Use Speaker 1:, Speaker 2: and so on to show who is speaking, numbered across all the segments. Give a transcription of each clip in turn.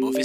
Speaker 1: Mauvais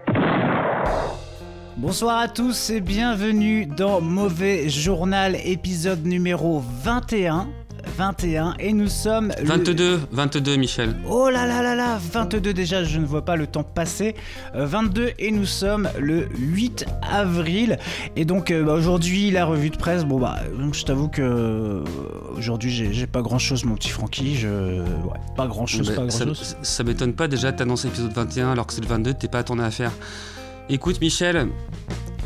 Speaker 2: Bonsoir à tous et bienvenue dans Mauvais Journal, épisode numéro 21. 21, et nous sommes. le-
Speaker 3: 22, 22 Michel.
Speaker 2: Oh là là là là, 22 déjà, je ne vois pas le temps passer. Euh, 22 et nous sommes le 8 avril. Et donc euh, bah, aujourd'hui, la revue de presse, bon bah, donc, je t'avoue que euh, aujourd'hui, j'ai j'ai pas grand chose, mon petit Francky. Je... Ouais, pas grand chose,
Speaker 3: Bah,
Speaker 2: pas grand
Speaker 3: ça
Speaker 2: chose.
Speaker 3: ça m'étonne pas déjà de t'annoncer l'épisode 21 alors que c'est le 22, t'es pas à ton affaire. Écoute Michel,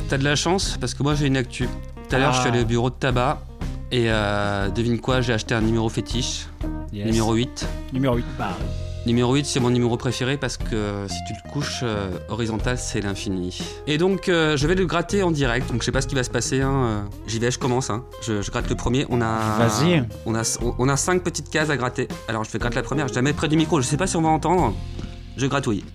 Speaker 3: t'as de la chance parce que moi j'ai une actu. Tout à l'heure
Speaker 2: Ah.
Speaker 3: je suis allé au bureau de tabac et euh, devine quoi, j'ai acheté un numéro fétiche, numéro 8.
Speaker 2: Numéro 8. Bah,
Speaker 3: Numéro 8, c'est mon numéro préféré parce que si tu le couches euh, horizontal, c'est l'infini. Et donc, euh, je vais le gratter en direct. Donc, je sais pas ce qui va se passer. hein, euh, J'y vais, je commence. hein. Je, je gratte le premier. On a.
Speaker 2: Vas-y.
Speaker 3: On a, on a cinq petites cases à gratter. Alors, je vais gratter la première. Je la mets près du micro. Je sais pas si on va entendre. Je gratouille.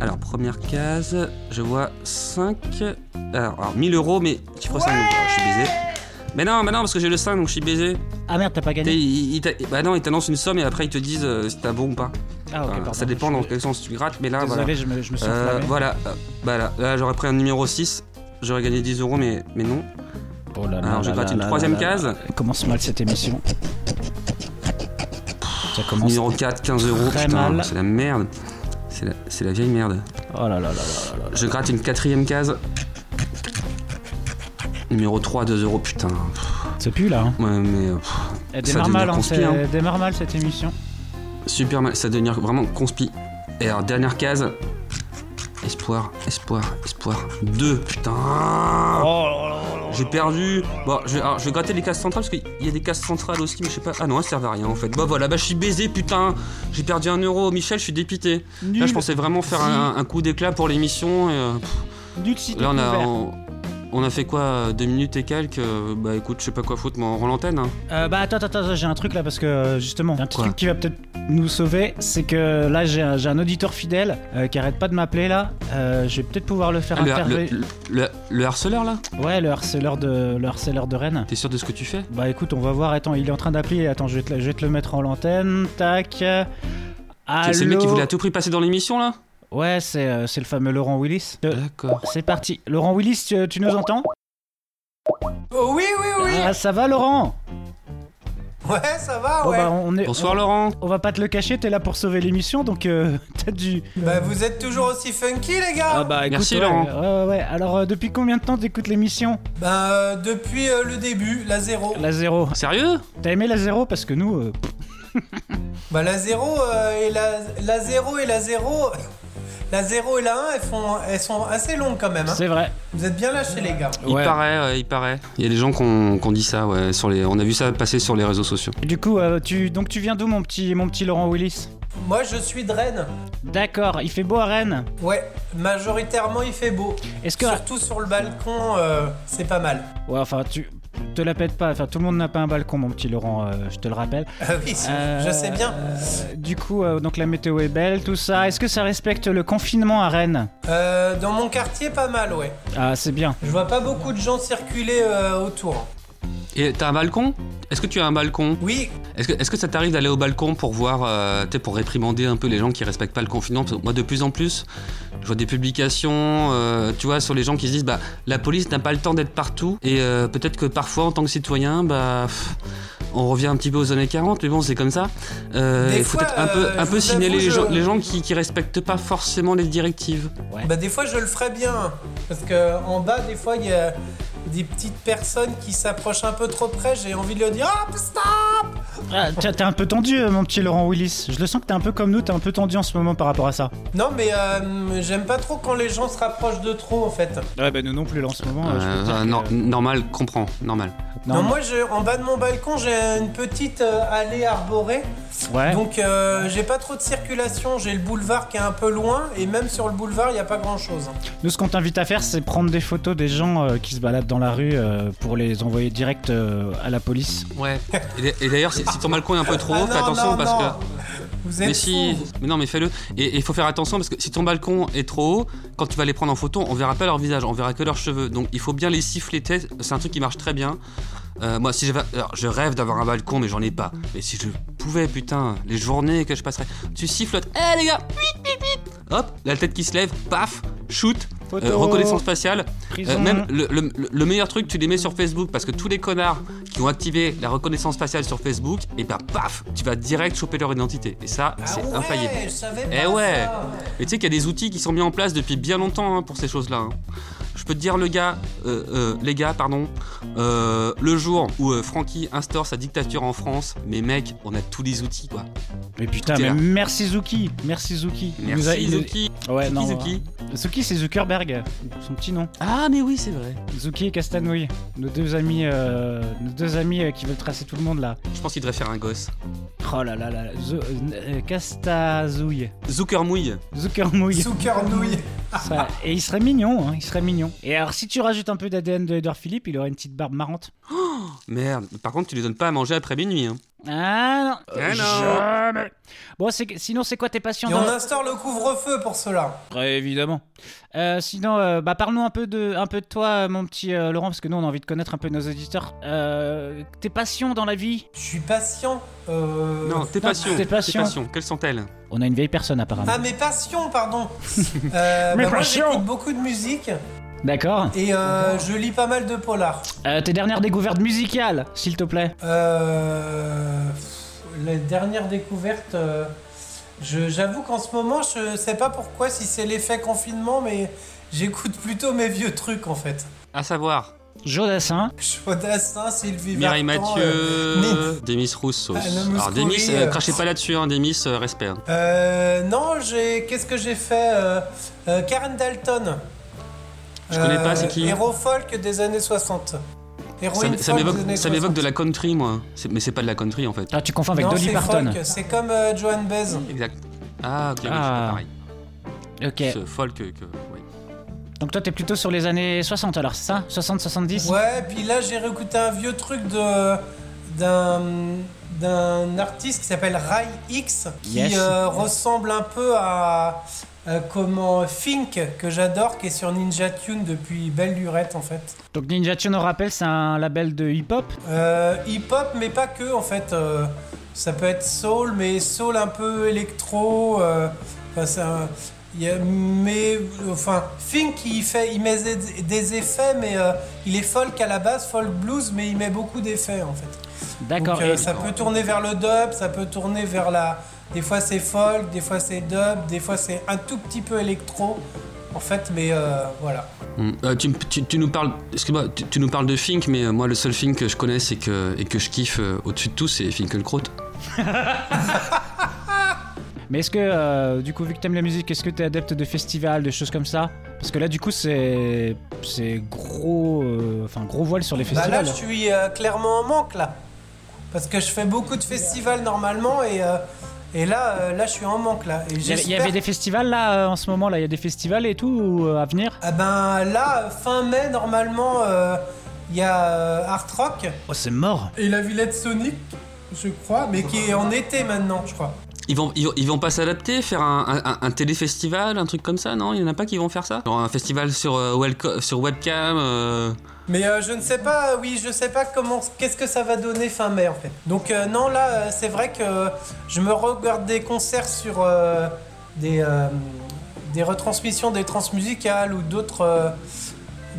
Speaker 3: Alors, première case. Je vois 5. Alors, alors, 1000 euros, mais chiffre 5. Je suis baisé. Mais non, mais non, parce que j'ai le 5, donc je suis baisé.
Speaker 2: Ah merde, t'as pas
Speaker 3: T'es-
Speaker 2: gagné.
Speaker 3: il- il t'a- bah non, ils t'annoncent une somme et après ils te disent euh, si t'as bon ou pas.
Speaker 2: Ah
Speaker 3: Enfin,
Speaker 2: pardon,
Speaker 3: ça dépend
Speaker 2: je-
Speaker 3: dans quel sens tu grattes, mais là
Speaker 2: Désolé, je, me, je me suis
Speaker 3: voilà. Euh,
Speaker 2: enflammé.
Speaker 3: voilà, euh, bah là, là, j'aurais pris un numéro 6, j'aurais gagné 10 euros, mais, mais non.
Speaker 2: Oh là là
Speaker 3: Alors je
Speaker 2: là
Speaker 3: gratte
Speaker 2: là
Speaker 3: une
Speaker 2: là
Speaker 3: troisième
Speaker 2: là là.
Speaker 3: case,
Speaker 2: Commence mal cette émission. Ça commence.
Speaker 3: numéro 4, 15 euros,
Speaker 2: Très
Speaker 3: putain,
Speaker 2: mal.
Speaker 3: c'est la merde. C'est la, c'est la vieille merde.
Speaker 2: Oh là là là là là là.
Speaker 3: Je gratte une quatrième case. Numéro 3, 2 euros, putain.
Speaker 2: Ça pue là. hein.
Speaker 3: Ouais, mais euh, pff,
Speaker 2: Elle
Speaker 3: Ça
Speaker 2: démarre
Speaker 3: devient
Speaker 2: mal, hein,
Speaker 3: conspi,
Speaker 2: c'est-
Speaker 3: hein.
Speaker 2: démarre mal cette émission.
Speaker 3: super mal, ça devient vraiment conspi. Et alors, dernière case. Espoir, espoir, espoir. 2, putain.
Speaker 2: Oh,
Speaker 3: J'ai perdu. Bon, je vais, alors, je vais gratter les cases centrales parce qu'il y a des cases centrales aussi, mais je sais pas. Ah non, elles servent à rien en fait. Bah voilà, bah je suis baisé, putain. J'ai perdu un euro. Michel, je suis dépité. Là, je pensais vraiment faire un, un coup d'éclat pour l'émission. et, euh,
Speaker 2: Nul site
Speaker 3: là, on a,
Speaker 2: ouvert.
Speaker 3: on, on a fait quoi euh, Deux minutes et quelques. euh, Bah écoute, je sais pas quoi foutre, mais on rend l'antenne. hein.
Speaker 2: Euh, bah attends, attends, attends, j'ai un truc là parce que euh, justement, un petit
Speaker 3: Quoi
Speaker 2: truc qui va peut-être nous sauver, c'est que là j'ai un, j'ai un auditeur fidèle euh, qui arrête pas de m'appeler là. Euh, je vais peut-être pouvoir le faire
Speaker 3: Ah, le,
Speaker 2: intervenir.
Speaker 3: le- le- le harceleur là
Speaker 2: Ouais, le harceleur de, le harceleur de Rennes.
Speaker 3: T'es sûr de ce que tu fais
Speaker 2: Bah écoute, on va voir. Attends, il est en train d'appeler. Attends, je vais te, le- je vais te le mettre en l'antenne. Tac. Allô. Ah,
Speaker 3: C'est- C'est le mec qui voulait à tout prix passer dans l'émission là
Speaker 2: Ouais, c'est euh, c'est le fameux Laurent Willis. Euh,
Speaker 3: D'accord.
Speaker 2: C'est parti. Laurent Willis, tu, tu nous entends
Speaker 4: Oh oui, oui, oui.
Speaker 2: Ah, ça va, Laurent
Speaker 4: Ouais, ça
Speaker 2: Bon,
Speaker 4: va, Ah ouais.
Speaker 2: bah, on est.
Speaker 3: Bonsoir Laurent.
Speaker 2: On va pas te le cacher, t'es là pour sauver l'émission, donc euh, t'as dû.
Speaker 4: Bah, vous êtes toujours aussi funky, les gars.
Speaker 2: bah
Speaker 3: Merci,
Speaker 2: ouais,
Speaker 3: Laurent.
Speaker 2: Ouais, ouais, ouais. Alors euh, depuis combien de temps t'écoutes l'émission
Speaker 4: Bah, euh, depuis euh, le début, la zéro.
Speaker 2: La zéro.
Speaker 3: Sérieux
Speaker 2: T'as aimé la zéro parce que nous. euh,
Speaker 4: Bah, la zéro euh, et la, la zéro et la zéro. La zéro et la 1, elles, font, elles sont assez longues quand même. hein.
Speaker 2: c'est vrai.
Speaker 4: Vous êtes bien lâchés, les gars.
Speaker 3: Il paraît, ouais, il paraît. Il y a des gens qui ont dit ça, ouais. Sur les... On a vu ça passer sur les réseaux sociaux.
Speaker 2: Du coup, euh, tu donc tu viens d'où mon petit mon petit Laurent Willis
Speaker 4: Moi, je suis de Rennes.
Speaker 2: D'accord, il fait beau à Rennes.
Speaker 4: Ouais, majoritairement, il fait beau.
Speaker 2: Est-ce que
Speaker 4: Surtout sur le balcon, euh, c'est pas mal.
Speaker 2: ouais, enfin tu te la pètes pas. Enfin tout le monde n'a pas un balcon, mon petit Laurent. euh, je te le rappelle.
Speaker 4: Ah oui,
Speaker 2: Euh,
Speaker 4: je sais bien.
Speaker 2: euh, du coup, euh, donc la météo est belle, tout ça. Est-ce que ça respecte le confinement à Rennes
Speaker 4: Euh, dans mon quartier, pas mal, ouais.
Speaker 2: Ah, c'est bien.
Speaker 4: Je vois pas beaucoup de gens circuler euh, autour.
Speaker 3: Et t'as un balcon Est-ce que tu as un balcon
Speaker 4: Oui,
Speaker 3: Est-ce que, est-ce que ça t'arrive d'aller au balcon pour voir, euh, tu sais, pour réprimander un peu les gens qui respectent pas le confinement Parce que Moi, de plus en plus, je vois des publications, euh, tu vois, sur les gens qui se disent, bah, la police n'a pas le temps d'être partout. Et euh, peut-être que parfois, en tant que citoyen, bah, pff, on revient un petit peu aux années 40, mais bon, c'est comme ça. Euh,
Speaker 4: Des
Speaker 3: Il faut
Speaker 4: fois,
Speaker 3: peut-être un peu,
Speaker 4: euh,
Speaker 3: un
Speaker 4: je
Speaker 3: peu
Speaker 4: vous
Speaker 3: signaler
Speaker 4: avoue,
Speaker 3: les,
Speaker 4: je-
Speaker 3: gens, les gens qui, qui respectent pas forcément les directives.
Speaker 4: Bah des fois je le ferais bien parce que en bas des fois il y a des petites personnes qui s'approchent un peu trop près, j'ai envie de leur dire ah stop
Speaker 2: Ah, tiens, t'es un peu tendu, euh, mon petit Laurent Willis. Je le sens que t'es un peu comme nous, t'es un peu tendu en ce moment par rapport à ça.
Speaker 4: Non, mais euh, j'aime pas trop quand les gens se rapprochent de trop, en fait.
Speaker 2: Ouais, bah nous non plus, là, en ce moment. euh, je peux te
Speaker 3: Euh,
Speaker 2: dire
Speaker 3: euh,
Speaker 2: que-
Speaker 3: nor- normal, comprends, normal.
Speaker 2: Non,
Speaker 4: Non, moi, je, en bas de mon balcon, j'ai une petite euh, allée arborée.
Speaker 2: ouais.
Speaker 4: Donc, euh, j'ai pas trop de circulation. J'ai le boulevard qui est un peu loin. Et même sur le boulevard, il n'y a pas grand chose.
Speaker 2: Nous, ce qu'on t'invite à faire, c'est prendre des photos des gens euh, qui se baladent dans la rue euh, pour les envoyer direct euh, à la police.
Speaker 3: Ouais. Et, et d'ailleurs, si, si ton balcon est un peu trop haut,
Speaker 4: Ah,
Speaker 3: fais
Speaker 4: non,
Speaker 3: attention
Speaker 4: non,
Speaker 3: parce
Speaker 4: non.
Speaker 3: que.
Speaker 4: Vous êtes
Speaker 3: Mais si,
Speaker 4: fous.
Speaker 3: mais non, mais fais-le. Et il faut faire attention parce que si ton balcon est trop haut, quand tu vas les prendre en photo, on verra pas leur visage, on verra que leurs cheveux. Donc il faut bien les siffler. t'es- C'est un truc qui marche très bien. Euh, moi, si j'avais, alors, je rêve d'avoir un balcon, mais j'en ai pas. Mais si je pouvais, putain, les journées que je passerais. Tu sifflotes. Eh les gars, vite, vite, vite. Hop, la tête qui se lève, paf, shoot.
Speaker 2: Photo,
Speaker 3: Euh, reconnaissance faciale.
Speaker 2: prison.
Speaker 3: Euh, même le, le- le meilleur truc, tu les mets sur Facebook parce que tous les connards qui ont activé la reconnaissance faciale sur Facebook, et ben paf, tu vas direct choper leur identité. Et ça,
Speaker 4: Ah
Speaker 3: c'est
Speaker 4: ouais,
Speaker 3: infaillible.
Speaker 4: Je savais pas
Speaker 3: Eh ouais.
Speaker 4: ça.
Speaker 3: Et tu sais qu'il y a des outils qui sont mis en place depuis bien longtemps hein, pour ces choses-là. hein. Je peux te dire, le gars, euh, euh, les gars, pardon, euh, le jour où euh, Francky instaure sa dictature en France, mais mec, on a tous les outils quoi.
Speaker 2: Mais putain,
Speaker 3: T'es
Speaker 2: mais
Speaker 3: là.
Speaker 2: merci Zuki. Merci Zuki. Il nous a-
Speaker 3: Merci
Speaker 2: il nous-
Speaker 3: Zuki.
Speaker 2: Ouais,
Speaker 3: Zuki,
Speaker 2: non.
Speaker 3: Zuki.
Speaker 2: euh, Zuki, c'est Zuckerberg, son petit nom.
Speaker 3: Ah mais oui, c'est vrai.
Speaker 2: Zuki et Castanouille, nos deux amis, euh, nos deux amis euh, qui veulent tracer tout le monde là.
Speaker 3: Je pense qu'il devrait faire un gosse.
Speaker 2: Oh là là là, Zu- euh, Castazouille,
Speaker 3: Zuckermouille.
Speaker 2: Zuckermouille.
Speaker 4: Sous-cornouille.
Speaker 2: Ça- et il serait mignon, hein, il serait mignon. Et alors, si tu rajoutes un peu d'ADN de Edouard Philippe, il aurait une petite barbe marrante.
Speaker 3: Merde. Par contre, tu les donnes pas à manger après minuit. hein.
Speaker 2: Ah non,
Speaker 3: Ah non.
Speaker 2: Jamais. Bon, c'est- sinon, c'est quoi tes passions
Speaker 4: Et on instaure le couvre-feu pour cela.
Speaker 2: Évidemment. Euh, sinon, euh, bah, parle-nous un peu, de, un peu de toi, euh, mon petit euh, Laurent, parce que nous, on a envie de connaître un peu nos auditeurs. Euh, tes passions dans la vie
Speaker 4: Je suis patient. euh,
Speaker 3: Non, tes passions.
Speaker 2: tes
Speaker 3: Tes
Speaker 2: passions.
Speaker 3: passions. Quelles sont-elles
Speaker 2: On a une vieille personne, apparemment.
Speaker 4: Ah, mes passions, pardon. Euh,
Speaker 2: Mes
Speaker 4: bah, moi,
Speaker 2: passions.
Speaker 4: j'écoute beaucoup de musique
Speaker 2: D'accord.
Speaker 4: et euh, je lis pas mal de polars.
Speaker 2: Euh, tes dernières découvertes musicales, s'il te plaît.
Speaker 4: Euh, pff, la dernière découverte, euh, je- j'avoue qu'en ce moment, je sais pas pourquoi, si c'est l'effet confinement, mais j'écoute plutôt mes vieux trucs en fait.
Speaker 3: À savoir,
Speaker 2: Jodassin.
Speaker 4: Chaudassin, Sylvie
Speaker 3: Mireille
Speaker 4: Vartan,
Speaker 3: Mathieu,
Speaker 4: euh, mais-
Speaker 3: Demis Roussos.
Speaker 4: Ah, Anna
Speaker 3: Alors
Speaker 4: Mouskouri,
Speaker 3: Demis, euh,
Speaker 4: euh,
Speaker 3: crachez pas là-dessus, hein, Demis, euh, respect. hein.
Speaker 4: Euh, non, j'ai. Qu'est-ce que j'ai fait Euh, euh, Karen Dalton. Euh,
Speaker 3: Je connais pas, c'est qui
Speaker 4: Héros folk des années 60.
Speaker 3: Ça,
Speaker 4: Héroïne
Speaker 3: ça
Speaker 4: folk des
Speaker 3: m'évoque,
Speaker 4: années
Speaker 3: ça m'évoque de la country, moi. C'est- mais c'est pas de la country, en fait.
Speaker 2: Ah, tu confonds avec
Speaker 4: non,
Speaker 2: Dolly
Speaker 4: c'est
Speaker 2: Parton.
Speaker 4: folk, C'est comme euh, Joan Baez.
Speaker 3: Exact. Ah, ok, oui, c'est
Speaker 2: Ah.
Speaker 3: pas pareil.
Speaker 2: Ok.
Speaker 3: Ce folk que... que- ouais.
Speaker 2: Donc toi, t'es plutôt sur les années 60 alors, c'est ça 60-70
Speaker 4: Ouais, puis là j'ai réécouté un vieux truc de d'un d'un artiste qui s'appelle Rai X qui
Speaker 2: Yes.
Speaker 4: euh, ressemble un peu à, à comment Fink que j'adore qui est sur Ninja Tune depuis belle lurette en fait.
Speaker 2: Donc Ninja Tune, on rappelle, c'est un label de hip-hop.
Speaker 4: Euh, hip-hop, mais pas que en fait. euh, ça peut être soul, mais soul un peu électro. euh, Enfin, ça- il y a- mais enfin, Fink il fait, il met des, des effets, mais euh, il est folk à la base, folk blues, mais il met beaucoup d'effets en fait.
Speaker 2: D'accord.
Speaker 4: Donc, euh,
Speaker 2: et-
Speaker 4: ça peut tourner vers le dub, ça peut tourner vers la. Des fois c'est folk, des fois c'est dub, des fois c'est un tout petit peu électro. En fait, mais euh, voilà.
Speaker 3: Mm. Euh, tu, me- tu- tu nous parles... Excuse-moi, tu, tu nous parles de Fink, mais euh, moi, le seul Fink que je connais c'est que, et que je kiffe euh, au-dessus de tout, c'est Finkelkraut.
Speaker 2: Mais est-ce que, euh, du coup, vu que t'aimes la musique, est-ce que t'es adepte de festivals, de choses comme ça Parce que là, du coup, c'est c'est gros, euh, enfin gros voile sur les
Speaker 4: Bah là,
Speaker 2: festivals.
Speaker 4: je suis euh, clairement en manque là. Parce que je fais beaucoup de festivals normalement et, euh, et là, euh, là, je suis en manque là. Et
Speaker 2: il y avait- il y
Speaker 4: j'espère-
Speaker 2: avait des festivals là euh, en ce moment, là, il y a des festivals et tout ou, euh, à venir
Speaker 4: Ah ben là, fin mai normalement, euh, il y a euh, Art Rock
Speaker 2: Oh, c'est mort.
Speaker 4: et la Villette Sonic, je crois, mais qui est en été maintenant, je crois.
Speaker 3: Ils vont, ils, vont- ils vont pas s'adapter, faire un, un- un- un téléfestival, un truc comme ça, non Il y en a pas qui vont faire ça Genre un festival sur, euh, welco- sur webcam... euh,
Speaker 4: Mais euh, je ne sais pas, oui, je sais pas comment, qu'est-ce que ça va donner fin mai en fait. Donc euh, non, là, euh, c'est vrai que euh, je me regarde des concerts sur euh, des, euh, des retransmissions des transmusicales ou d'autres euh,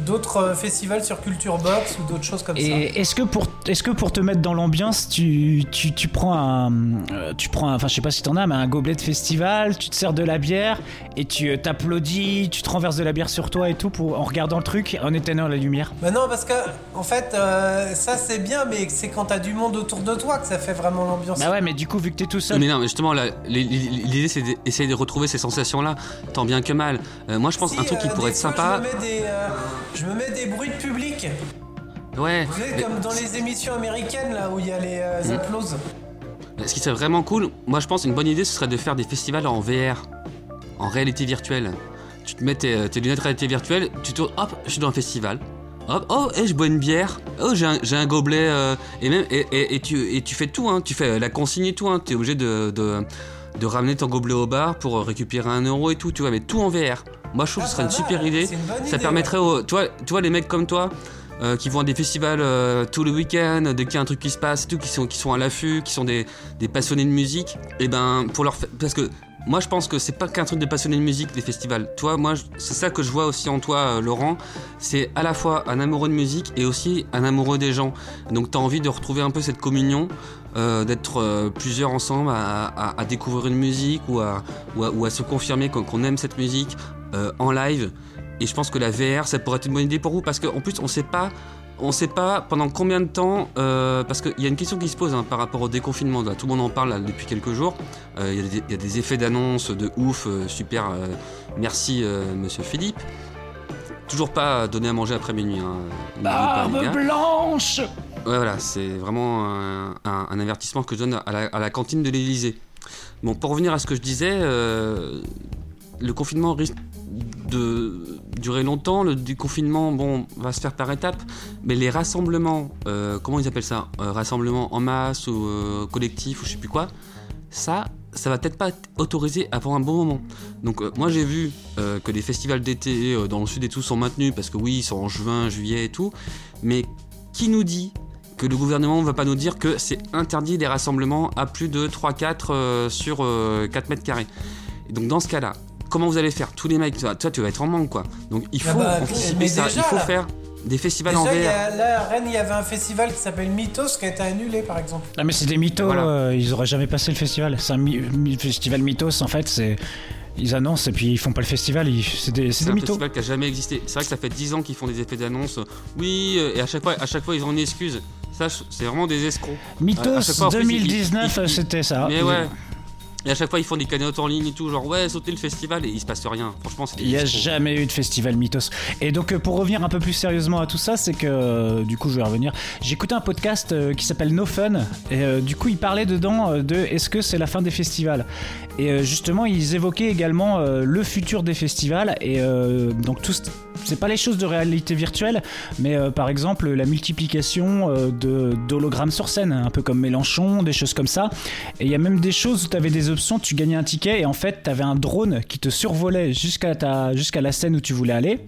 Speaker 4: d'autres euh, festivals sur Culture Box ou d'autres choses comme ça.
Speaker 2: Et est-ce que pour est-ce que pour te mettre dans l'ambiance, tu, tu, tu prends un euh, tu prends un- enfin je sais pas si t'en as mais un gobelet de festival, tu te sers de la bière et tu euh, t'applaudis, tu te renverses de la bière sur toi et tout pour en regardant le truc en éteignant la lumière.
Speaker 4: Bah non, parce que en fait, euh, ça c'est bien, mais c'est quand t'as du monde autour de toi que ça fait vraiment l'ambiance.
Speaker 2: Bah ouais mais du coup vu que t'es tout seul.
Speaker 3: Mais non, mais justement, là, les- les- l'idée c'est d'essayer de retrouver ces sensations-là, tant bien que mal. Euh, moi, je pense
Speaker 4: Si,
Speaker 3: un truc qui
Speaker 4: euh,
Speaker 3: pourrait
Speaker 4: des
Speaker 3: être
Speaker 4: fois,
Speaker 3: sympa.
Speaker 4: Je me, mets des, euh, je me mets des bruits de public.
Speaker 3: Ouais.
Speaker 4: Vous savez,
Speaker 3: mais-
Speaker 4: comme dans les émissions américaines là où il y a les
Speaker 3: Mm.
Speaker 4: euh, applauses.
Speaker 3: Ce qui serait vraiment cool, moi je pense une bonne idée ce serait de faire des festivals en VR, en réalité virtuelle. Tu te mets tes, euh, tes lunettes de réalité virtuelle, tu tournes, hop, je suis dans un festival. Hop, oh, et je bois une bière. Oh, j'ai un, j'ai un gobelet. euh, et, même, et, et- et tu, et tu fais tout, hein, tu fais la consigne et tout. Hein, tu es obligé de, de, de ramener ton gobelet au bar pour récupérer un euro et tout, tu vois, mais tout en VR. Moi je trouve
Speaker 4: Ah,
Speaker 3: que ce serait une
Speaker 4: pas
Speaker 3: super
Speaker 4: mal,
Speaker 3: idée.
Speaker 4: c'est une bonne
Speaker 3: Ça
Speaker 4: idée,
Speaker 3: permettrait aux. Tu vois, tu vois, les mecs comme toi. euh, qui vont à des festivals euh, tout le week-end, dès qu'il y a un truc qui se passe, et tout, qui sont, qui sont à l'affût, qui sont des, des passionnés de musique, et ben pour leur fa- parce que moi je pense que c'est pas qu'un truc de passionné de musique des festivals. Toi, moi je- c'est ça que je vois aussi en toi, euh, Laurent, c'est à la fois un amoureux de musique et aussi un amoureux des gens. Donc t'as envie de retrouver un peu cette communion. euh, d'être euh, plusieurs ensemble à, à- à découvrir une musique ou à, ou à, ou à se confirmer qu'on qu'on aime cette musique euh, en live et je pense que la VR ça pourrait être une bonne idée pour vous parce qu'en plus on sait pas on sait pas pendant combien de temps, euh, parce qu'il y a une question qui se pose hein, par rapport au déconfinement. là, tout le monde en parle là, depuis quelques jours. Euh, Il y a des- il y, a des effets d'annonce de ouf, euh, super. euh, merci, euh, monsieur Philippe. Toujours pas donné à manger après minuit. Hein. N'oubliez pas, les gars.
Speaker 2: Barbe blanche.
Speaker 3: Ouais, voilà, c'est vraiment un, un- un avertissement que je donne à la, à la cantine de l'Elysée. Bon, pour revenir à ce que je disais, euh, le confinement risque de durer longtemps. Le déconfinement, bon, va se faire par étapes. Mais les rassemblements, euh, comment ils appellent ça Euh, Rassemblements en masse ou euh, collectif ou je sais plus quoi, ça, ça va peut-être pas être autorisé avant un bon moment. Donc, euh, moi j'ai vu euh, que les festivals d'été euh, dans le sud et tout sont maintenus parce que oui, ils sont en juin, juillet et tout. Mais qui nous dit que le gouvernement ne va pas nous dire que c'est interdit les rassemblements à plus de 3-4 euh, sur euh, 4 mètres carrés. Et donc dans ce cas-là, comment vous allez faire Tous les mecs, toi, toi, tu vas être en manque quoi. Donc il
Speaker 4: Ah
Speaker 3: faut
Speaker 4: bah,
Speaker 3: anticiper
Speaker 4: mais
Speaker 3: ça,
Speaker 4: déjà,
Speaker 3: il faut
Speaker 4: là.
Speaker 3: faire des festivals
Speaker 4: Déjà,
Speaker 3: en
Speaker 4: il y
Speaker 3: VR.
Speaker 4: a- là, à Rennes, il y avait un festival qui s'appelle Mythos qui a été annulé par exemple.
Speaker 2: Ah mais c'est des mythos,
Speaker 3: Voilà.
Speaker 2: euh, ils auraient jamais passé le festival. C'est un mi- mi- festival mythos en fait, c'est ils annoncent et puis ils font pas le festival, ils- c'est des, c'est
Speaker 3: C'est
Speaker 2: des
Speaker 3: un
Speaker 2: mythos.
Speaker 3: festival qui a jamais existé. C'est vrai que ça fait 10 ans qu'ils font des effets d'annonce. Oui, euh, et à chaque fois, à chaque fois ils ont une excuse. Ça, je- c'est vraiment des escrocs.
Speaker 2: Mythos
Speaker 3: À chaque fois, en fait, ils-
Speaker 2: 2019,
Speaker 3: ils- ils-
Speaker 2: c'était ça.
Speaker 3: Mais ouais. Et à chaque fois, ils font des cagnottes en ligne et tout, genre ouais, sauter le festival et il se passe rien. Franchement, c'est des
Speaker 2: Il n'y a
Speaker 3: escrocs.
Speaker 2: jamais eu de festival Mythos. Et donc, euh, pour revenir un peu plus sérieusement à tout ça, c'est que euh, du coup, je vais revenir. J'écoutais un podcast euh, qui s'appelle No Fun, et euh, du coup, il parlait dedans euh, de est-ce que c'est la fin des festivals Et euh, justement, ils évoquaient également euh, le futur des festivals, et euh, donc tout. ce- C'est pas les choses de réalité virtuelle, mais euh, par exemple la multiplication euh, de d'hologrammes sur scène, un peu comme Mélenchon, des choses comme ça. Et il y a même des choses où tu avais des options, tu gagnais un ticket et en fait tu avais un drone qui te survolait jusqu'à ta jusqu'à la scène où tu voulais aller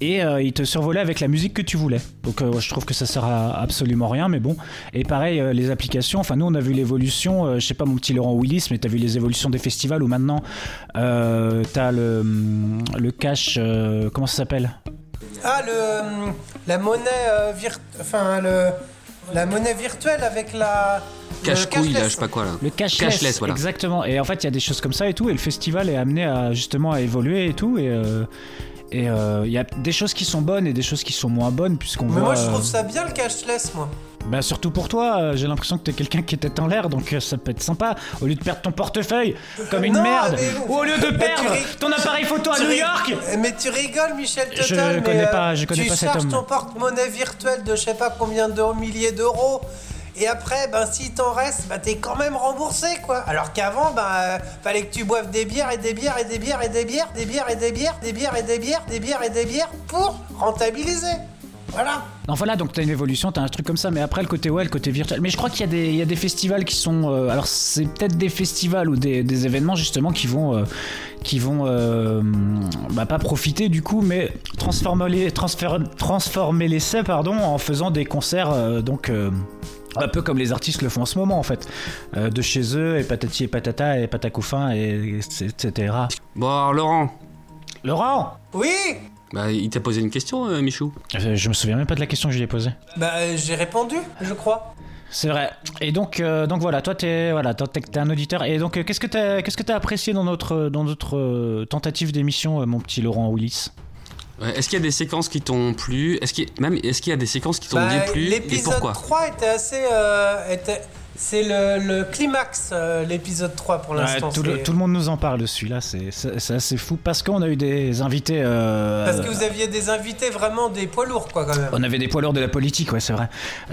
Speaker 2: et euh, il te survolait avec la musique que tu voulais. Donc euh, je trouve que ça sert à absolument rien mais bon. Et pareil euh, les applications, enfin nous on a vu l'évolution, euh, je sais pas mon petit Laurent Willis mais tu as vu les évolutions des festivals où maintenant euh, tu as le hum, le cash euh, comment ça s'appelle
Speaker 4: Ah, le, euh, la monnaie euh, vir- enfin, le, la monnaie virtuelle avec la le
Speaker 3: Cache-couille, là,
Speaker 4: cashless.
Speaker 3: je sais pas quoi là.
Speaker 2: Le cashless,
Speaker 3: Cashless, voilà.
Speaker 2: exactement. Et en fait, il y a des choses comme ça et tout, et le festival est amené à justement à évoluer et tout, et euh, et euh, il y a des choses qui sont bonnes et des choses qui sont moins bonnes puisqu'on
Speaker 4: Mais
Speaker 2: voit.
Speaker 4: moi, je
Speaker 2: euh,
Speaker 4: trouve ça bien le cashless, moi.
Speaker 2: bah, surtout pour toi, euh, j'ai l'impression que t'es quelqu'un qui était en l'air, donc euh, ça peut être sympa. Au lieu de perdre ton portefeuille comme une
Speaker 4: Non,
Speaker 2: merde,
Speaker 4: mais-
Speaker 2: ou au lieu de
Speaker 4: mais
Speaker 2: perdre
Speaker 4: tu ris-
Speaker 2: ton appareil photo à
Speaker 4: Tu
Speaker 2: New
Speaker 4: rig-
Speaker 2: York.
Speaker 4: Mais tu rigoles, Michel Total.
Speaker 2: Je
Speaker 4: mais,
Speaker 2: connais
Speaker 4: euh,
Speaker 2: pas- je connais
Speaker 4: tu
Speaker 2: pas cet
Speaker 4: charges
Speaker 2: homme.
Speaker 4: ton porte-monnaie virtuel de je sais pas combien de milliers d'euros. Et après, ben, si t'en reste, ben, t'es quand même remboursé, quoi. Alors qu'avant, ben, euh, fallait que tu boives des bières et des bières et des bières et des bières, des bières et des bières, des bières et des bières, des bières et des bières pour rentabiliser. Voilà.
Speaker 2: Non, voilà, donc t'as une évolution, t'as un truc comme ça, mais après le côté ouais, le côté virtuel. Mais je crois qu'il y, a des- il y a des festivals qui sont. euh, alors c'est peut-être des festivals ou des, des événements justement qui vont. euh, qui vont. euh, bah, pas profiter du coup, mais transformer les, transfer- transformer l'essai, pardon, en faisant des concerts euh, donc. euh, un peu comme les artistes le font en ce moment en fait, Euh, de chez eux et patati et patata et patacoufin et etc.
Speaker 3: Bon, alors, Laurent,
Speaker 2: Laurent,
Speaker 4: Oui
Speaker 3: Bah, il t'a posé une question, euh, Michou.
Speaker 2: Euh, Je me souviens même pas de la question que je lui ai posée.
Speaker 4: Bah, euh, j'ai répondu, je crois.
Speaker 2: C'est vrai. Et donc, euh, donc voilà, toi t'es voilà, toi, t'es- t'es un auditeur. Et donc, euh, qu'est-ce que t'as qu'est-ce que t'as apprécié dans notre euh, dans notre euh, tentative d'émission, euh, mon petit Laurent Willis
Speaker 3: Ouais, Est-ce qu'il y a des séquences qui t'ont plu Est-ce qu'il y... même est-ce qu'il y a des séquences qui t'ont
Speaker 4: Bah,
Speaker 3: déplu et
Speaker 4: l'épisode
Speaker 3: pourquoi
Speaker 4: 3 était assez. euh, était- C'est le, le climax, euh, l'épisode 3 pour
Speaker 2: Ouais,
Speaker 4: l'instant.
Speaker 2: tout, le,
Speaker 4: c'est-
Speaker 2: tout le monde nous en parle de celui-là. C'est c'est- c'est assez fou parce qu'on a eu des invités. euh,
Speaker 4: Parce que vous aviez des invités vraiment des poids lourds, quoi, quand même.
Speaker 2: On avait des poids lourds de la politique, ouais, c'est vrai.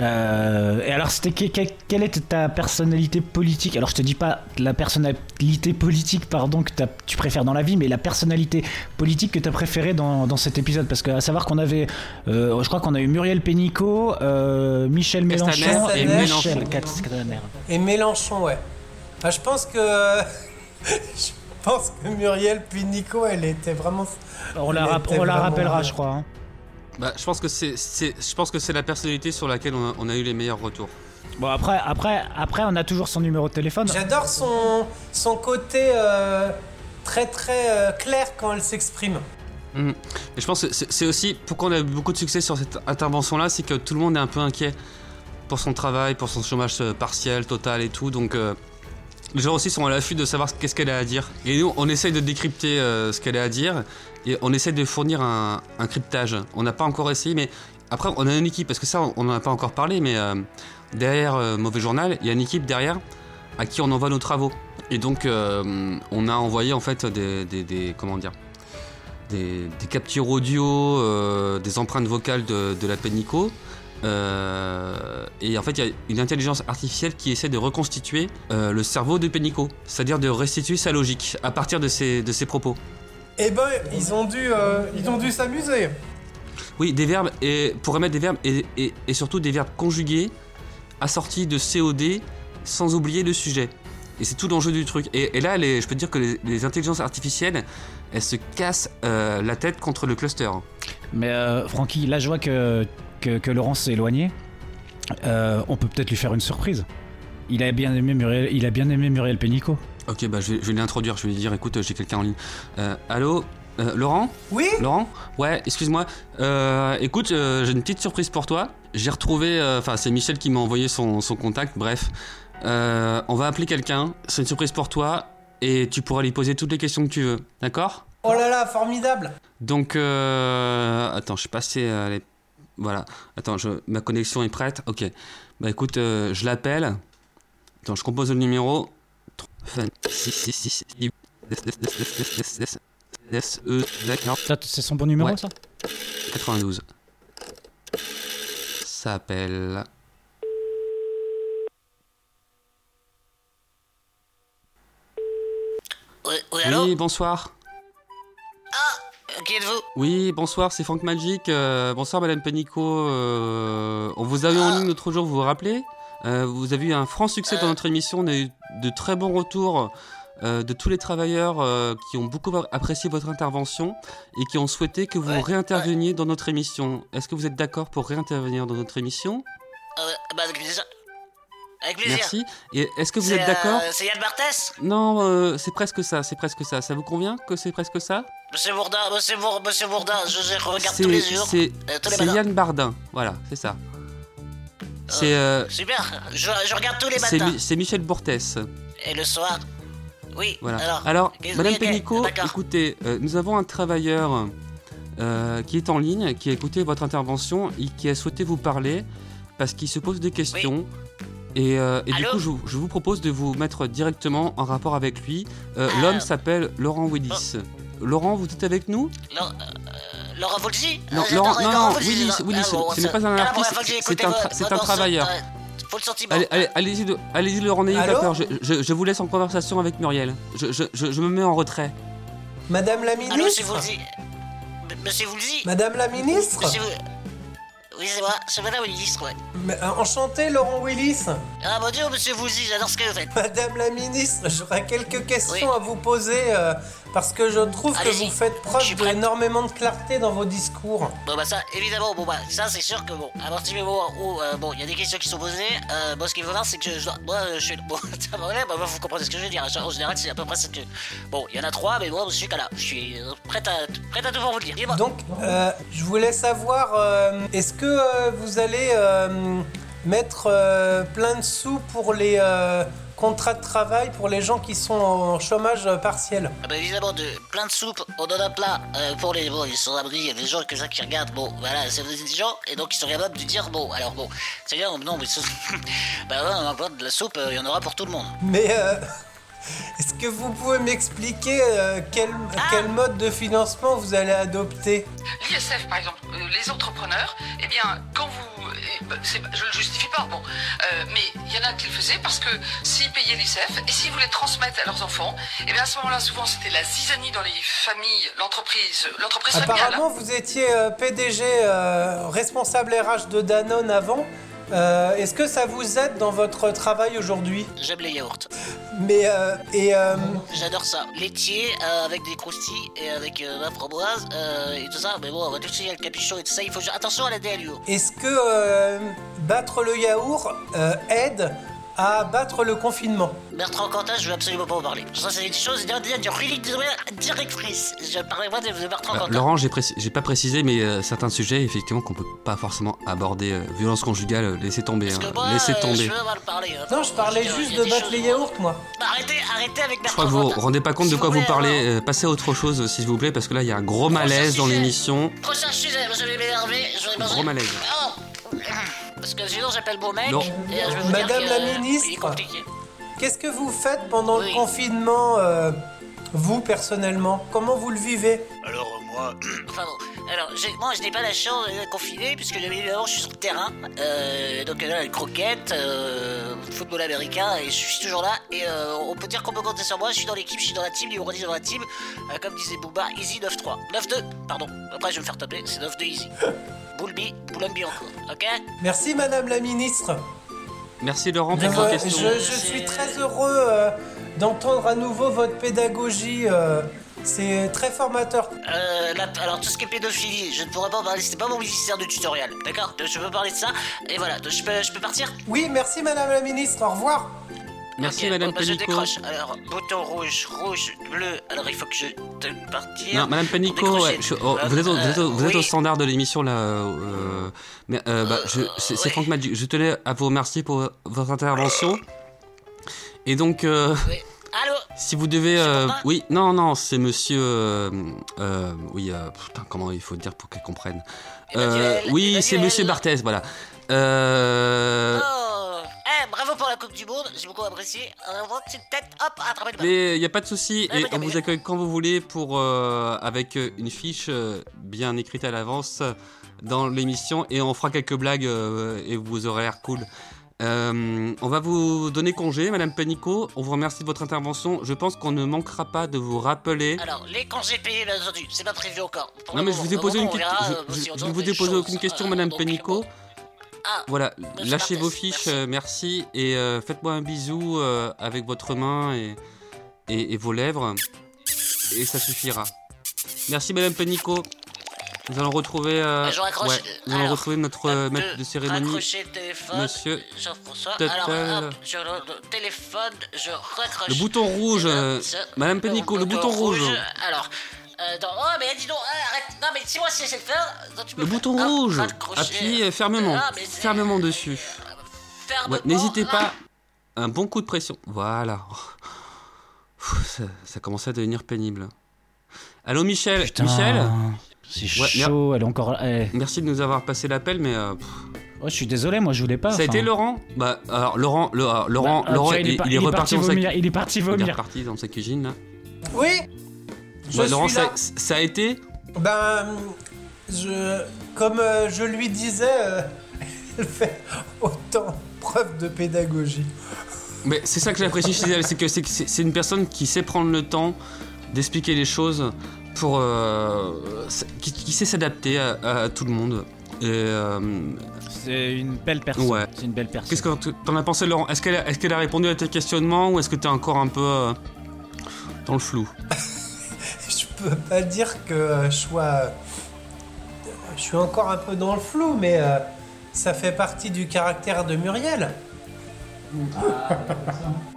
Speaker 2: Euh, et alors, c'était que- que- quelle était ta personnalité politique Alors, je te dis pas la personnalité politique, pardon, que t'as- tu préfères dans la vie, mais la personnalité politique que tu as préférée dans, dans cet épisode. Parce que, à savoir qu'on avait, euh, je crois qu'on a eu Muriel Pénicaud, euh, Michel
Speaker 3: Castaner
Speaker 2: Mélenchon
Speaker 4: et
Speaker 2: et
Speaker 3: Mélenchon.
Speaker 2: Michel Castaner.
Speaker 4: Et Mélenchon, ouais. Ah, je pense que. je pense que Muriel puis Nico, elle était vraiment.
Speaker 2: On
Speaker 4: Il
Speaker 2: la, rap-
Speaker 4: était
Speaker 2: on la
Speaker 4: vraiment
Speaker 2: rappellera,
Speaker 4: bien.
Speaker 2: je crois. hein.
Speaker 3: Bah, je pense que c'est, c'est- je pense que c'est la personnalité sur laquelle on a, on a eu les meilleurs retours.
Speaker 2: Bon, après, après, après, on a toujours son numéro de téléphone.
Speaker 4: J'adore son, son côté euh, très très euh, clair quand elle s'exprime.
Speaker 3: Mm. Et je pense que c'est, c'est aussi pourquoi on a eu beaucoup de succès sur cette intervention-là, c'est que tout le monde est un peu inquiet pour son travail, pour son chômage euh, partiel, total et tout. Donc euh, les gens aussi sont à l'affût de savoir qu'est-ce qu'elle a à dire. Et nous, on essaye de décrypter euh, ce qu'elle a à dire et on essaye de fournir un, un cryptage. On n'a pas encore essayé, mais après on a une équipe parce que ça, on n'en a pas encore parlé, mais euh, derrière euh, Mauvais Journal, il y a une équipe derrière à qui on envoie nos travaux. Et donc euh, on a envoyé en fait des, des- des- comment dire des, des captures audio, euh, des empreintes vocales de, de la Pénico. Euh, et en fait, il y a une intelligence artificielle qui essaie de reconstituer euh, le cerveau de Pénico, c'est-à-dire de restituer sa logique à partir de ses, de ses propos.
Speaker 4: Eh ben, ils ont dû, euh, ils ont dû s'amuser.
Speaker 3: Oui, des verbes, et, pour remettre des verbes, et, et- et surtout des verbes conjugués, assortis de COD, sans oublier le sujet. Et c'est tout l'enjeu du truc. Et, et là, les- je peux te dire que les, les intelligences artificielles, elles se cassent euh, la tête contre le cluster. hein.
Speaker 2: Mais euh, Francky, là je vois que, que, que Laurent s'est éloigné. Euh, on peut peut-être lui faire une surprise. Il a bien aimé Muriel, il a bien aimé Muriel Pénicaud.
Speaker 3: Ok, bah je vais, je vais l'introduire, je vais lui dire écoute, j'ai quelqu'un en ligne. Euh, allô Euh, Laurent
Speaker 4: Oui,
Speaker 3: Laurent Ouais, excuse-moi. Euh, écoute, euh, j'ai une petite surprise pour toi. J'ai retrouvé, euh, enfin, c'est Michel qui m'a envoyé son, son contact, bref. Euh, on va appeler quelqu'un, c'est une surprise pour toi, et tu pourras lui poser toutes les questions que tu veux, d'accord
Speaker 4: oh là là, formidable.
Speaker 3: Donc, euh, attends, je suis passé à les- Voilà, attends, je- ma connexion est prête. Ok, bah écoute, euh, je l'appelle. Attends, je compose le numéro.
Speaker 2: Ça, t- C'est son bon numéro
Speaker 3: Ouais.
Speaker 2: ça
Speaker 3: 92. Ça appelle.
Speaker 1: Oui, oui, allô
Speaker 3: Oui, bonsoir.
Speaker 1: Euh, Qui êtes-vous
Speaker 3: Oui, bonsoir, c'est Franck Magic. Euh, bonsoir, Madame Pénicaud. Euh, on vous a eu en
Speaker 1: Ah.
Speaker 3: ligne l'autre jour, vous vous rappelez Euh, Vous avez eu un franc succès
Speaker 1: Euh.
Speaker 3: dans notre émission. On a eu de très bons retours euh, de tous les travailleurs euh, qui ont beaucoup apprécié votre intervention et qui ont souhaité que vous
Speaker 1: Ouais,
Speaker 3: réinterveniez dans notre émission. Est-ce que vous êtes d'accord pour réintervenir dans notre émission
Speaker 1: Euh, bah, avec plaisir. Avec plaisir.
Speaker 3: Merci. Et est-ce que vous
Speaker 1: C'est,
Speaker 3: êtes d'accord
Speaker 1: euh, C'est Yann Barthès
Speaker 3: Non, euh, c'est presque ça, c'est presque ça. Ça vous convient que c'est presque ça
Speaker 1: Monsieur Bourdin, monsieur, Bour- monsieur Bourdin, je, je regarde
Speaker 3: C'est
Speaker 1: tous les jours.
Speaker 3: c'est-
Speaker 1: euh, tous les
Speaker 3: c'est
Speaker 1: matins.
Speaker 3: Yann Bardin, voilà, c'est ça. C'est euh,
Speaker 1: Super, je, je regarde tous les
Speaker 3: c'est
Speaker 1: matins.
Speaker 3: Mi- c'est Michel Bortès,
Speaker 1: Et le soir Oui,
Speaker 3: voilà. Ah.
Speaker 1: alors.
Speaker 3: Alors,
Speaker 1: qu'est-ce-
Speaker 3: Madame
Speaker 1: ok,
Speaker 3: Pénicaud,
Speaker 1: d'accord.
Speaker 3: écoutez, euh, nous avons un travailleur euh, qui est en ligne, qui a écouté votre intervention et qui a souhaité vous parler parce qu'il se pose des questions. Et, euh, et du
Speaker 1: Allô
Speaker 3: coup, je, vous- je vous propose de vous mettre directement en rapport avec lui. Euh,
Speaker 1: Ah. Oh.
Speaker 3: L'homme s'appelle Laurent Willis. Laurent, vous êtes avec nous
Speaker 1: Laurent- euh, Laurent Volgi
Speaker 3: Non,
Speaker 1: Euh,
Speaker 3: Laurent-
Speaker 1: attendez,
Speaker 3: non, non,
Speaker 1: Volgi,
Speaker 3: Willis,
Speaker 1: non.
Speaker 3: Willis,
Speaker 1: Ah, bon,
Speaker 3: ce n'est
Speaker 1: ça-
Speaker 3: pas un
Speaker 1: la
Speaker 3: artiste,
Speaker 1: première fois que j'ai
Speaker 3: c'est-
Speaker 1: écouté
Speaker 3: c'est un
Speaker 1: votre-
Speaker 3: tra- c'est un
Speaker 1: votre morceau,
Speaker 3: travailleur.
Speaker 1: euh, Faut le sentiment.
Speaker 3: Allez, allez, allez-y, de- allez-y, Laurent, n'ayez
Speaker 4: Allô
Speaker 3: pas peur. Je, je- je vous laisse en conversation avec Muriel. Je, je- je- je me mets en retrait.
Speaker 4: Madame la
Speaker 1: Allô, monsieur
Speaker 4: ministre.
Speaker 1: Volgi M- Monsieur Volgi
Speaker 4: Madame la ministre.
Speaker 1: Monsieur... Oui, c'est moi, c'est madame le ministre, ouais.
Speaker 4: Mais, euh, Enchanté, Laurent Willis.
Speaker 1: Ah mon dieu, monsieur Volgi, j'adore ce que vous faites.
Speaker 4: Madame la ministre, j'aurais quelques questions
Speaker 1: Oui.
Speaker 4: à vous poser euh, parce que je trouve que
Speaker 1: Allez-y.
Speaker 4: vous faites
Speaker 1: Je
Speaker 4: preuve
Speaker 1: suis prête.
Speaker 4: d'énormément de clarté dans vos discours.
Speaker 1: Bon bah ça, évidemment, bon bah ça c'est sûr que bon, à partir du moment où euh, bon, il y a des questions qui sont posées, euh, moi ce qu'il faut voir c'est que je, dois- moi euh, je suis bon, ça va, ouais, bah, bah, vous comprenez ce que je veux dire. En général c'est à peu près ce que bon, il y en a trois, mais moi je suis qu'à là, je suis euh, prête à prête à devoir vous le dire. Dis-moi.
Speaker 4: Donc, euh, je voulais savoir, euh, est-ce que euh, vous allez euh, mettre euh, plein de sous pour les euh, contrats de travail pour les gens qui sont en chômage euh, partiel
Speaker 1: Ah bah, évidemment de plein de soupes, on en a plein euh, pour les bon, ils sont abonnés, il y a des gens que ça qui regardent, bon voilà, c'est des gens et donc ils sont capables de dire bon, alors bon, c'est bien non mais ce- bah ouais, on a plein de la soupe, euh, il y en aura pour tout le monde.
Speaker 4: Mais euh, est-ce que vous pouvez m'expliquer euh, quel,
Speaker 1: Ah.
Speaker 4: quel mode de financement vous allez adopter
Speaker 5: L'ISF, par exemple, euh, les entrepreneurs, eh bien, quand vous. eh ben, c'est- je le justifie pas, bon. euh, mais il y en a qui le faisaient parce que s'ils payaient l'ISF et s'ils voulaient transmettre à leurs enfants, eh bien, à ce moment-là, souvent, c'était la zizanie dans les familles, l'entreprise, l'entreprise familiale.
Speaker 4: Apparemment, vous étiez euh, PDG, euh, responsable RH de Danone avant. Euh, Est-ce que ça vous aide dans votre travail aujourd'hui
Speaker 1: J'aime les yaourts.
Speaker 4: Mais euh, et euh,
Speaker 1: J'adore ça. Laitier euh, avec des croustilles et avec euh, la framboise euh, et tout ça. Mais bon, on va tout suite, il y a le capuchon et tout ça. Il faut attention à la DLUO.
Speaker 4: est-ce que euh, battre le yaourt euh, aide à battre le confinement
Speaker 1: Bertrand Cantat, je veux absolument pas en parler. Ça, c'est une chose d'un dire du relique de directrice. Je parlerai pas de, de Bertrand
Speaker 3: Euh,
Speaker 1: Cantat.
Speaker 3: Laurent, j'ai préci- j'ai pas précisé, mais euh, certains sujets, effectivement, qu'on peut pas forcément aborder. euh, violence conjugale, euh, laissez tomber.
Speaker 1: Parce
Speaker 3: hein,
Speaker 1: que moi,
Speaker 3: laissez
Speaker 1: euh,
Speaker 3: tomber.
Speaker 1: je veux mal parler. hein.
Speaker 4: Non, je parlais
Speaker 1: veux dire,
Speaker 4: juste
Speaker 1: il y a
Speaker 4: de
Speaker 1: des
Speaker 4: battre
Speaker 1: choses-
Speaker 4: les yaourts, moi.
Speaker 1: Bah, arrêtez, arrêtez avec
Speaker 3: Je crois
Speaker 1: Bertrand
Speaker 3: que vous vous
Speaker 1: Cantat.
Speaker 3: rendez pas compte
Speaker 1: Si
Speaker 3: de quoi vous
Speaker 1: voulez,
Speaker 3: parlez.
Speaker 1: alors,
Speaker 3: euh, passez à autre chose, s'il vous plaît, parce que là, il y a un gros
Speaker 1: Prochain
Speaker 3: malaise dans
Speaker 1: sujet.
Speaker 3: l'émission.
Speaker 1: Prochain sujet, je vais m'énerver. je vais
Speaker 3: Gros
Speaker 1: manger-
Speaker 3: malaise.
Speaker 1: Oh. Parce que sinon, j'appelle mon mec.
Speaker 3: Non.
Speaker 1: Et, euh, je vais vous dire
Speaker 4: Madame
Speaker 1: que,
Speaker 4: la
Speaker 1: euh, Il est
Speaker 4: ministre.
Speaker 1: compliqué.
Speaker 4: Qu'est-ce que vous faites pendant
Speaker 1: Oui.
Speaker 4: le confinement, euh, vous personnellement Comment vous le vivez
Speaker 1: Alors euh, moi... Enfin bon, alors j'ai- moi je n'ai pas la chance d'être confiné puisque bien évidemment je suis sur le terrain. Euh, donc là, les croquettes, euh, football américain et je suis toujours là. Et euh, on peut dire qu'on peut compter sur moi, je suis dans l'équipe, je suis dans la team, numéro 10 dans la team. Euh, comme disait Booba, Easy 9-3. 9-2, pardon. Après je vais me faire taper, c'est 9-2 Easy. Boulby, Boulombi encore, ok
Speaker 4: Merci, Madame la Ministre.
Speaker 3: Merci Laurent
Speaker 4: Je,
Speaker 3: pour vos
Speaker 1: D'accord.
Speaker 4: je-
Speaker 3: questions.
Speaker 4: je suis très heureux euh, d'entendre à nouveau votre pédagogie. euh, c'est très formateur.
Speaker 1: Euh, la- alors tout ce qui est pédophilie, je ne pourrais pas en parler, c'est pas mon ministère de tutoriel, d'accord Donc, Je peux parler de ça, et voilà, donc, je peux, je peux partir
Speaker 4: Oui, merci Madame la Ministre. Au revoir.
Speaker 3: Merci
Speaker 1: Ok,
Speaker 3: Madame
Speaker 1: bon, bah, je
Speaker 3: Pénicaud.
Speaker 1: décroche. Alors, bouton rouge, rouge, bleu. Alors, il faut que je te partir.
Speaker 3: Non, Madame Pénicaud,
Speaker 1: Pénicaud,
Speaker 3: ouais, je- oh, vous êtes au, vous êtes au- vous êtes au standard de l'émission là. euh, mais, euh, bah, je- c'est c'est
Speaker 1: ouais.
Speaker 3: Franck Maduc. Je tenais à vous remercier pour votre intervention. Et donc, euh,
Speaker 1: Allô
Speaker 3: si vous devez,
Speaker 1: C'est
Speaker 3: euh,
Speaker 1: pour moi
Speaker 3: oui, non, non, c'est Monsieur, euh, euh, oui, euh, putain, comment il faut dire pour qu'elle comprenne. Euh,
Speaker 1: Emmanuel,
Speaker 3: oui, c'est
Speaker 1: Emmanuel.
Speaker 3: Monsieur Barthez, voilà. Euh,
Speaker 1: Oh Eh, bravo pour la Coupe du Monde, j'ai beaucoup apprécié. Euh, votre petite tête, hop, attrapez le ballon.
Speaker 3: Mais il n'y a pas de souci,
Speaker 1: Ouais,
Speaker 3: et
Speaker 1: mais-
Speaker 3: on vous accueille quand vous voulez pour euh, avec euh, une fiche euh, bien écrite à l'avance euh, dans l'émission et on fera quelques blagues euh, et vous aurez l'air cool. Euh, on va vous donner congé, Madame Pénicaud. On vous remercie de votre intervention. Je pense qu'on ne manquera pas de vous rappeler.
Speaker 1: Alors, les congés payés, bien entendu, c'est pas prévu encore. Pour
Speaker 3: non
Speaker 1: le
Speaker 3: mais je
Speaker 1: moment,
Speaker 3: vous ai
Speaker 1: au
Speaker 3: posé une
Speaker 1: moment où on
Speaker 3: question.
Speaker 1: verra, euh,
Speaker 3: Je,
Speaker 1: si
Speaker 3: je-
Speaker 1: on
Speaker 3: je
Speaker 1: doit
Speaker 3: ne vous
Speaker 1: faire
Speaker 3: ai
Speaker 1: des
Speaker 3: posé
Speaker 1: choses,
Speaker 3: aucune question,
Speaker 1: euh,
Speaker 3: Madame
Speaker 1: donc,
Speaker 3: Pénicaud.
Speaker 1: Ah,
Speaker 3: Voilà,
Speaker 1: Monsieur
Speaker 3: lâchez
Speaker 1: Barthez,
Speaker 3: vos fiches,
Speaker 1: merci.
Speaker 3: euh, merci, et euh, faites-moi un bisou euh, avec votre main et, et- et vos lèvres, et ça suffira. Merci Madame Pénicaud. Nous allons retrouver, euh,
Speaker 1: Euh, je raccroche.
Speaker 3: nous allons
Speaker 1: Alors,
Speaker 3: retrouver notre
Speaker 1: hop,
Speaker 3: euh, maître de cérémonie,
Speaker 1: Raccrocher le téléphone,
Speaker 3: Monsieur.
Speaker 1: Jean-François.
Speaker 3: Tuttle.
Speaker 1: Alors, hop, je le le téléphone, je raccroche.
Speaker 3: Le bouton rouge, euh,
Speaker 1: Eh ben, Ça,
Speaker 3: Madame Pénicaud, le bouton rouge.
Speaker 1: Alors, euh, non, oh, mais dis donc, ah, arrête. Non, mais si moi, si je sais le faire, donc tu peux
Speaker 3: Le
Speaker 1: faire-
Speaker 3: bouton
Speaker 1: hop,
Speaker 3: rouge.
Speaker 1: raccrocher.
Speaker 3: Appuyez euh, fermement,
Speaker 1: Ah, mais c'est- euh,
Speaker 3: fermement dessus.
Speaker 1: Fermement,
Speaker 3: Ouais, N'hésitez
Speaker 1: là.
Speaker 3: pas. Un bon coup de pression. Voilà. Pff, Ça, ça commençait à devenir pénible. Allô Michel.
Speaker 2: Putain,
Speaker 3: Euh, Michel.
Speaker 2: c'est
Speaker 3: Ouais,
Speaker 2: chaud, elle est encore. elle-
Speaker 3: Merci de nous avoir passé l'appel, mais euh, pff,
Speaker 2: Oh, je suis désolé, moi je voulais pas.
Speaker 3: ça a
Speaker 2: enfin.
Speaker 3: été Laurent. Bah alors Laurent, le- alors, Laurent,
Speaker 2: Ah,
Speaker 3: Laurent,
Speaker 2: tiens,
Speaker 3: il,
Speaker 2: par-
Speaker 3: il est reparti dans sa,
Speaker 2: vomir. Il est parti
Speaker 3: il est
Speaker 2: vomir.
Speaker 3: reparti dans sa cuisine là.
Speaker 4: Oui. Je
Speaker 3: Bah,
Speaker 4: suis
Speaker 3: Laurent,
Speaker 4: là.
Speaker 3: ça, ça a été.
Speaker 4: Ben, je, comme euh, je lui disais, euh, elle fait autant preuve de pédagogie.
Speaker 3: Mais c'est ça que j'apprécie chez elle, c'est que c'est- c'est c'est une personne qui sait prendre le temps d'expliquer les choses pour euh, qui, qui sait s'adapter à, à tout le monde. Et euh,
Speaker 2: C'est une belle personne.
Speaker 3: Ouais.
Speaker 2: C'est une belle personne.
Speaker 3: Qu'est-ce que t- t'en as pensé, Laurent Est-ce qu'elle a, est-ce qu'elle a répondu à tes questionnements ou est-ce que t'es encore un peu euh, dans le flou
Speaker 4: peux pas dire que euh, je sois. euh, Je suis encore un peu dans le flou, mais euh, ça fait partie du caractère de Muriel.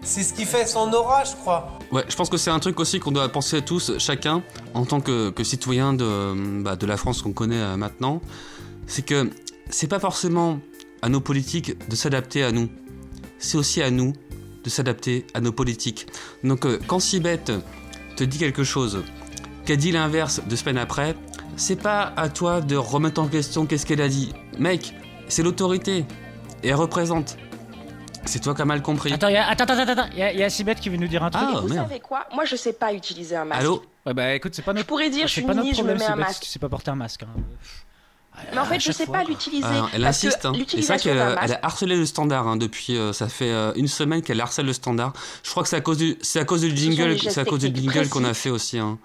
Speaker 4: C'est ce qui fait son aura, je crois.
Speaker 3: Ouais, je pense que c'est un truc aussi qu'on doit penser tous, chacun, en tant que, que citoyen de, euh, bah, de la France qu'on connaît euh, maintenant, c'est que c'est pas forcément à nos politiques de s'adapter à nous, c'est aussi à nous de s'adapter à nos politiques. Donc euh, quand Sibeth te dit quelque chose, qu'elle dit l'inverse deux semaines après, c'est pas à toi de remettre en question qu'est-ce qu'elle a dit. Mec, c'est l'autorité, et elle représente. C'est toi qui as mal compris.
Speaker 2: Attends, y a- attends, attends, attends, il y a, y a Sibeth qui veut nous dire un truc.
Speaker 3: Ah,
Speaker 6: Vous
Speaker 3: merde.
Speaker 6: savez quoi Moi, je sais pas utiliser un masque.
Speaker 3: Allô
Speaker 2: Ouais, bah écoute, c'est pas
Speaker 6: Je
Speaker 2: notre
Speaker 6: pourrais dire,
Speaker 2: c'est
Speaker 6: je suis
Speaker 2: pas notre
Speaker 6: mini, je me
Speaker 2: problème,
Speaker 6: mets un
Speaker 2: Sébastien,
Speaker 6: masque.
Speaker 2: si tu sais pas porter un masque. hein.
Speaker 6: Mais en
Speaker 2: À
Speaker 6: fait, je
Speaker 2: chaque
Speaker 6: sais
Speaker 2: fois,
Speaker 6: pas
Speaker 2: quoi.
Speaker 6: l'utiliser.
Speaker 3: Ah, elle
Speaker 6: parce que
Speaker 3: insiste. Hein. Et c'est vrai
Speaker 6: L'utilisation
Speaker 3: qu'elle
Speaker 6: d'un
Speaker 3: euh, elle
Speaker 6: masque.
Speaker 3: a harcelé le standard hein, depuis. euh, ça fait euh, une semaine qu'elle harcèle le standard. Je crois que c'est à cause du, c'est à cause du
Speaker 6: sont
Speaker 3: jingle,
Speaker 6: des gestes
Speaker 3: c'est à cause du
Speaker 6: techniques
Speaker 3: jingle qu'on a
Speaker 6: précis.
Speaker 3: fait aussi. Hein.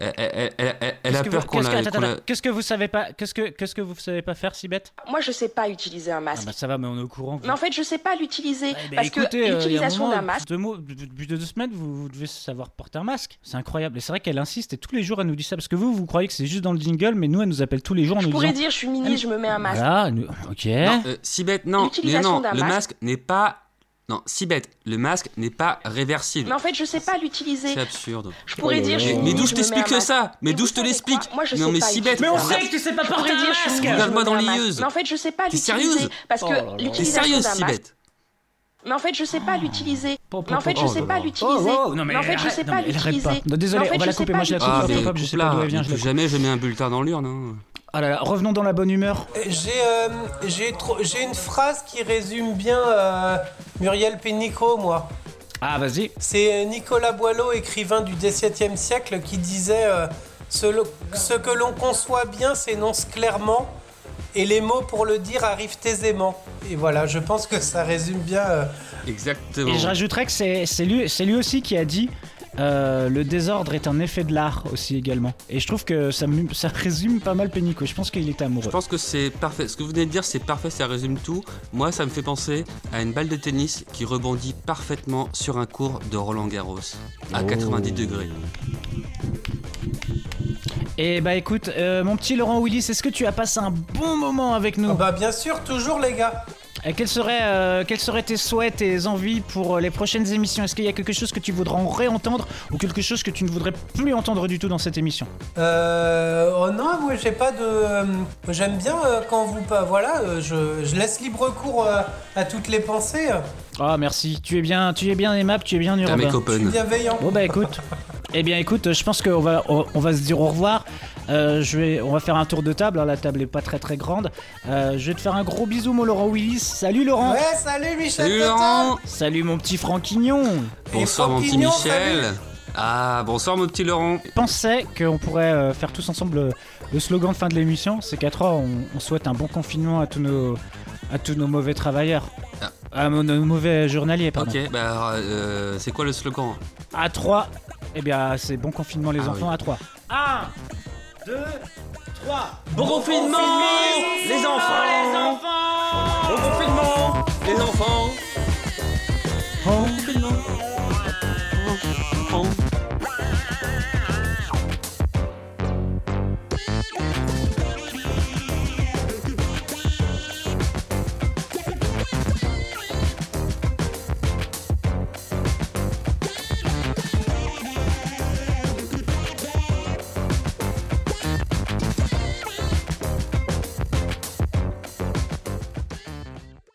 Speaker 3: Elle, elle- elle- elle- elle
Speaker 2: Qu'est-ce
Speaker 3: a
Speaker 2: que
Speaker 3: peur
Speaker 2: vous-
Speaker 3: qu'on
Speaker 2: qu'est-ce que-
Speaker 3: la.
Speaker 2: attends,
Speaker 3: qu'on la-
Speaker 2: attends, Qu'est-ce que vous savez pas Qu'est-ce que qu'est-ce que vous savez pas faire, Sibeth
Speaker 6: Moi, je sais pas utiliser un
Speaker 2: Ah
Speaker 6: masque.
Speaker 2: bah ça va, mais on est au courant. vous.
Speaker 6: Mais en fait, je sais pas l'utiliser.
Speaker 2: Eh ben,
Speaker 6: parce
Speaker 2: écoutez, euh, il
Speaker 6: que
Speaker 2: y a un
Speaker 6: l'utilisation
Speaker 2: moment,
Speaker 6: d'un masque.
Speaker 2: Deux mots, depuis deux semaines, vous, vous devez savoir porter un masque. C'est incroyable. Et c'est vrai qu'elle insiste et tous les jours elle nous dit ça parce que vous, vous croyez que c'est juste dans le jingle, mais nous, elle nous appelle tous les jours en
Speaker 6: Je
Speaker 2: nous
Speaker 6: pourrais
Speaker 2: disant.
Speaker 6: dire, je suis mini, je me mets un masque.
Speaker 2: Voilà, nous- ok.
Speaker 3: Non, euh, si bête, non, mais
Speaker 6: L'utilisation
Speaker 3: non,
Speaker 6: d'un
Speaker 3: le
Speaker 6: masque.
Speaker 3: masque n'est pas. Non, si bête, le masque n'est pas réversible.
Speaker 6: Mais en fait, je sais pas l'utiliser.
Speaker 3: C'est absurde.
Speaker 6: Je pourrais dire, je suis
Speaker 3: Mais, mais
Speaker 6: mini,
Speaker 3: d'où
Speaker 6: je
Speaker 3: je
Speaker 6: me
Speaker 3: t'explique
Speaker 6: mets un
Speaker 3: que ça Mais
Speaker 6: Mais
Speaker 3: d'où
Speaker 6: vous
Speaker 3: je te
Speaker 6: savez
Speaker 3: l'explique
Speaker 6: quoi Moi, je
Speaker 3: Non,
Speaker 6: sais
Speaker 3: mais
Speaker 6: pas
Speaker 3: si bête.
Speaker 6: utiliser un
Speaker 3: regarde-
Speaker 6: masque.
Speaker 2: que tu sais pas
Speaker 6: Ah. Je pourrais dire, je suis mini, je
Speaker 3: Regarde-moi
Speaker 6: me
Speaker 3: dans
Speaker 6: mets un
Speaker 3: les
Speaker 6: masque.
Speaker 3: yeux.
Speaker 6: Mais en fait, je sais pas
Speaker 3: T'es
Speaker 6: l'utiliser.
Speaker 3: sérieuse
Speaker 6: Parce
Speaker 2: Oh là là.
Speaker 6: que
Speaker 3: T'es
Speaker 6: l'utilisation
Speaker 3: sérieuse,
Speaker 6: d'un
Speaker 3: si
Speaker 6: masque.
Speaker 3: bête
Speaker 6: Mais en fait, je sais pas l'utiliser.
Speaker 2: Pom, pom,
Speaker 6: Mais en fait,
Speaker 3: pom,
Speaker 6: je
Speaker 3: oh
Speaker 6: sais
Speaker 3: là
Speaker 6: pas
Speaker 3: là.
Speaker 6: l'utiliser.
Speaker 2: Oh, wow, non, mais
Speaker 6: Mais en fait, je
Speaker 2: arrête,
Speaker 6: sais
Speaker 2: non,
Speaker 6: pas
Speaker 2: mais elle arrête
Speaker 6: l'utiliser.
Speaker 2: pas. Non, désolé,
Speaker 6: Mais en fait,
Speaker 2: on va
Speaker 6: je
Speaker 2: la
Speaker 6: sais
Speaker 2: couper,
Speaker 6: pas
Speaker 2: moi, je la coupe.
Speaker 3: Ah,
Speaker 2: Hop,
Speaker 3: mais
Speaker 2: hop, je sais
Speaker 3: coupe
Speaker 2: pas d'où
Speaker 3: là,
Speaker 2: elle vient, je la
Speaker 3: plus jamais je mets un bulletin dans l'urne. hein.
Speaker 2: Ah là là, revenons dans la bonne humeur.
Speaker 4: J'ai euh, j'ai trop- j'ai une phrase qui résume bien euh, Muriel Pénicaud, moi.
Speaker 2: Ah vas-y.
Speaker 4: C'est Nicolas Boileau, écrivain du XVIIe siècle, qui disait euh, ce, lo- ce que l'on conçoit bien s'énonce clairement et les mots pour le dire arrivent aisément. Et voilà, je pense que ça résume bien. euh,
Speaker 3: Exactement.
Speaker 2: Et je rajouterais que c'est c'est lui, c'est lui aussi qui a dit euh, le désordre est un effet de l'art aussi également. Et je trouve que ça, mu- ça résume pas mal Pénico. Je pense qu'il était
Speaker 3: Je
Speaker 2: amoureux.
Speaker 3: pense que c'est parfait. Ce que vous venez de dire, c'est parfait, ça résume tout. Moi, ça me fait penser à une balle de tennis qui rebondit parfaitement sur un cours de Roland Garros à 90 degrés.
Speaker 2: Et bah écoute, euh, mon petit Laurent Willis, est-ce que tu as passé un bon moment avec nous
Speaker 4: ah bah bien sûr, toujours les gars.
Speaker 2: Euh, quels, seraient, euh, quels seraient tes souhaits, tes envies pour euh, les prochaines émissions Est-ce qu'il y a quelque chose que tu voudras en réentendre ou quelque chose que tu ne voudrais plus entendre du tout dans cette émission
Speaker 4: Euh, oh non, moi j'ai pas de. euh, J'aime bien euh, quand vous pas. Voilà, euh, je, je laisse libre cours euh, à toutes les pensées. euh,
Speaker 2: Ah merci, tu es bien, tu es bien aimable, tu es bien
Speaker 3: T'es un mec
Speaker 2: urbain.
Speaker 4: je suis
Speaker 3: open.
Speaker 4: bienveillant.
Speaker 2: Bon bah écoute, eh bien écoute, je pense qu'on va, on, on va se dire au revoir. Euh, je vais, on va faire un tour de table. hein, la table est pas très très grande. Euh, je vais te faire un gros bisou, mon Laurent Willis. Salut Laurent.
Speaker 4: Ouais, salut Michel
Speaker 3: Salut
Speaker 4: Total.
Speaker 3: Laurent
Speaker 2: Saignon. Salut mon petit Franquignon
Speaker 4: Et
Speaker 3: Bonsoir mon petit
Speaker 4: Franquignon,
Speaker 3: Michel Ah, bonsoir mon petit Laurent
Speaker 2: Je pensais qu'on pourrait euh, faire tous ensemble euh, le slogan de fin de l'émission. C'est qu'à trois, on, on souhaite un bon confinement à tous nos, à tous nos mauvais travailleurs.
Speaker 3: Ah.
Speaker 2: À nos, nos mauvais journaliers, pardon.
Speaker 3: Ok, bah euh, c'est quoi le slogan
Speaker 2: À 3, eh bien c'est bon confinement les
Speaker 3: Ah
Speaker 2: enfants,
Speaker 3: oui.
Speaker 2: à 3. 1, 2, 3.
Speaker 3: Bon confinement les enfants Bon confinement les enfants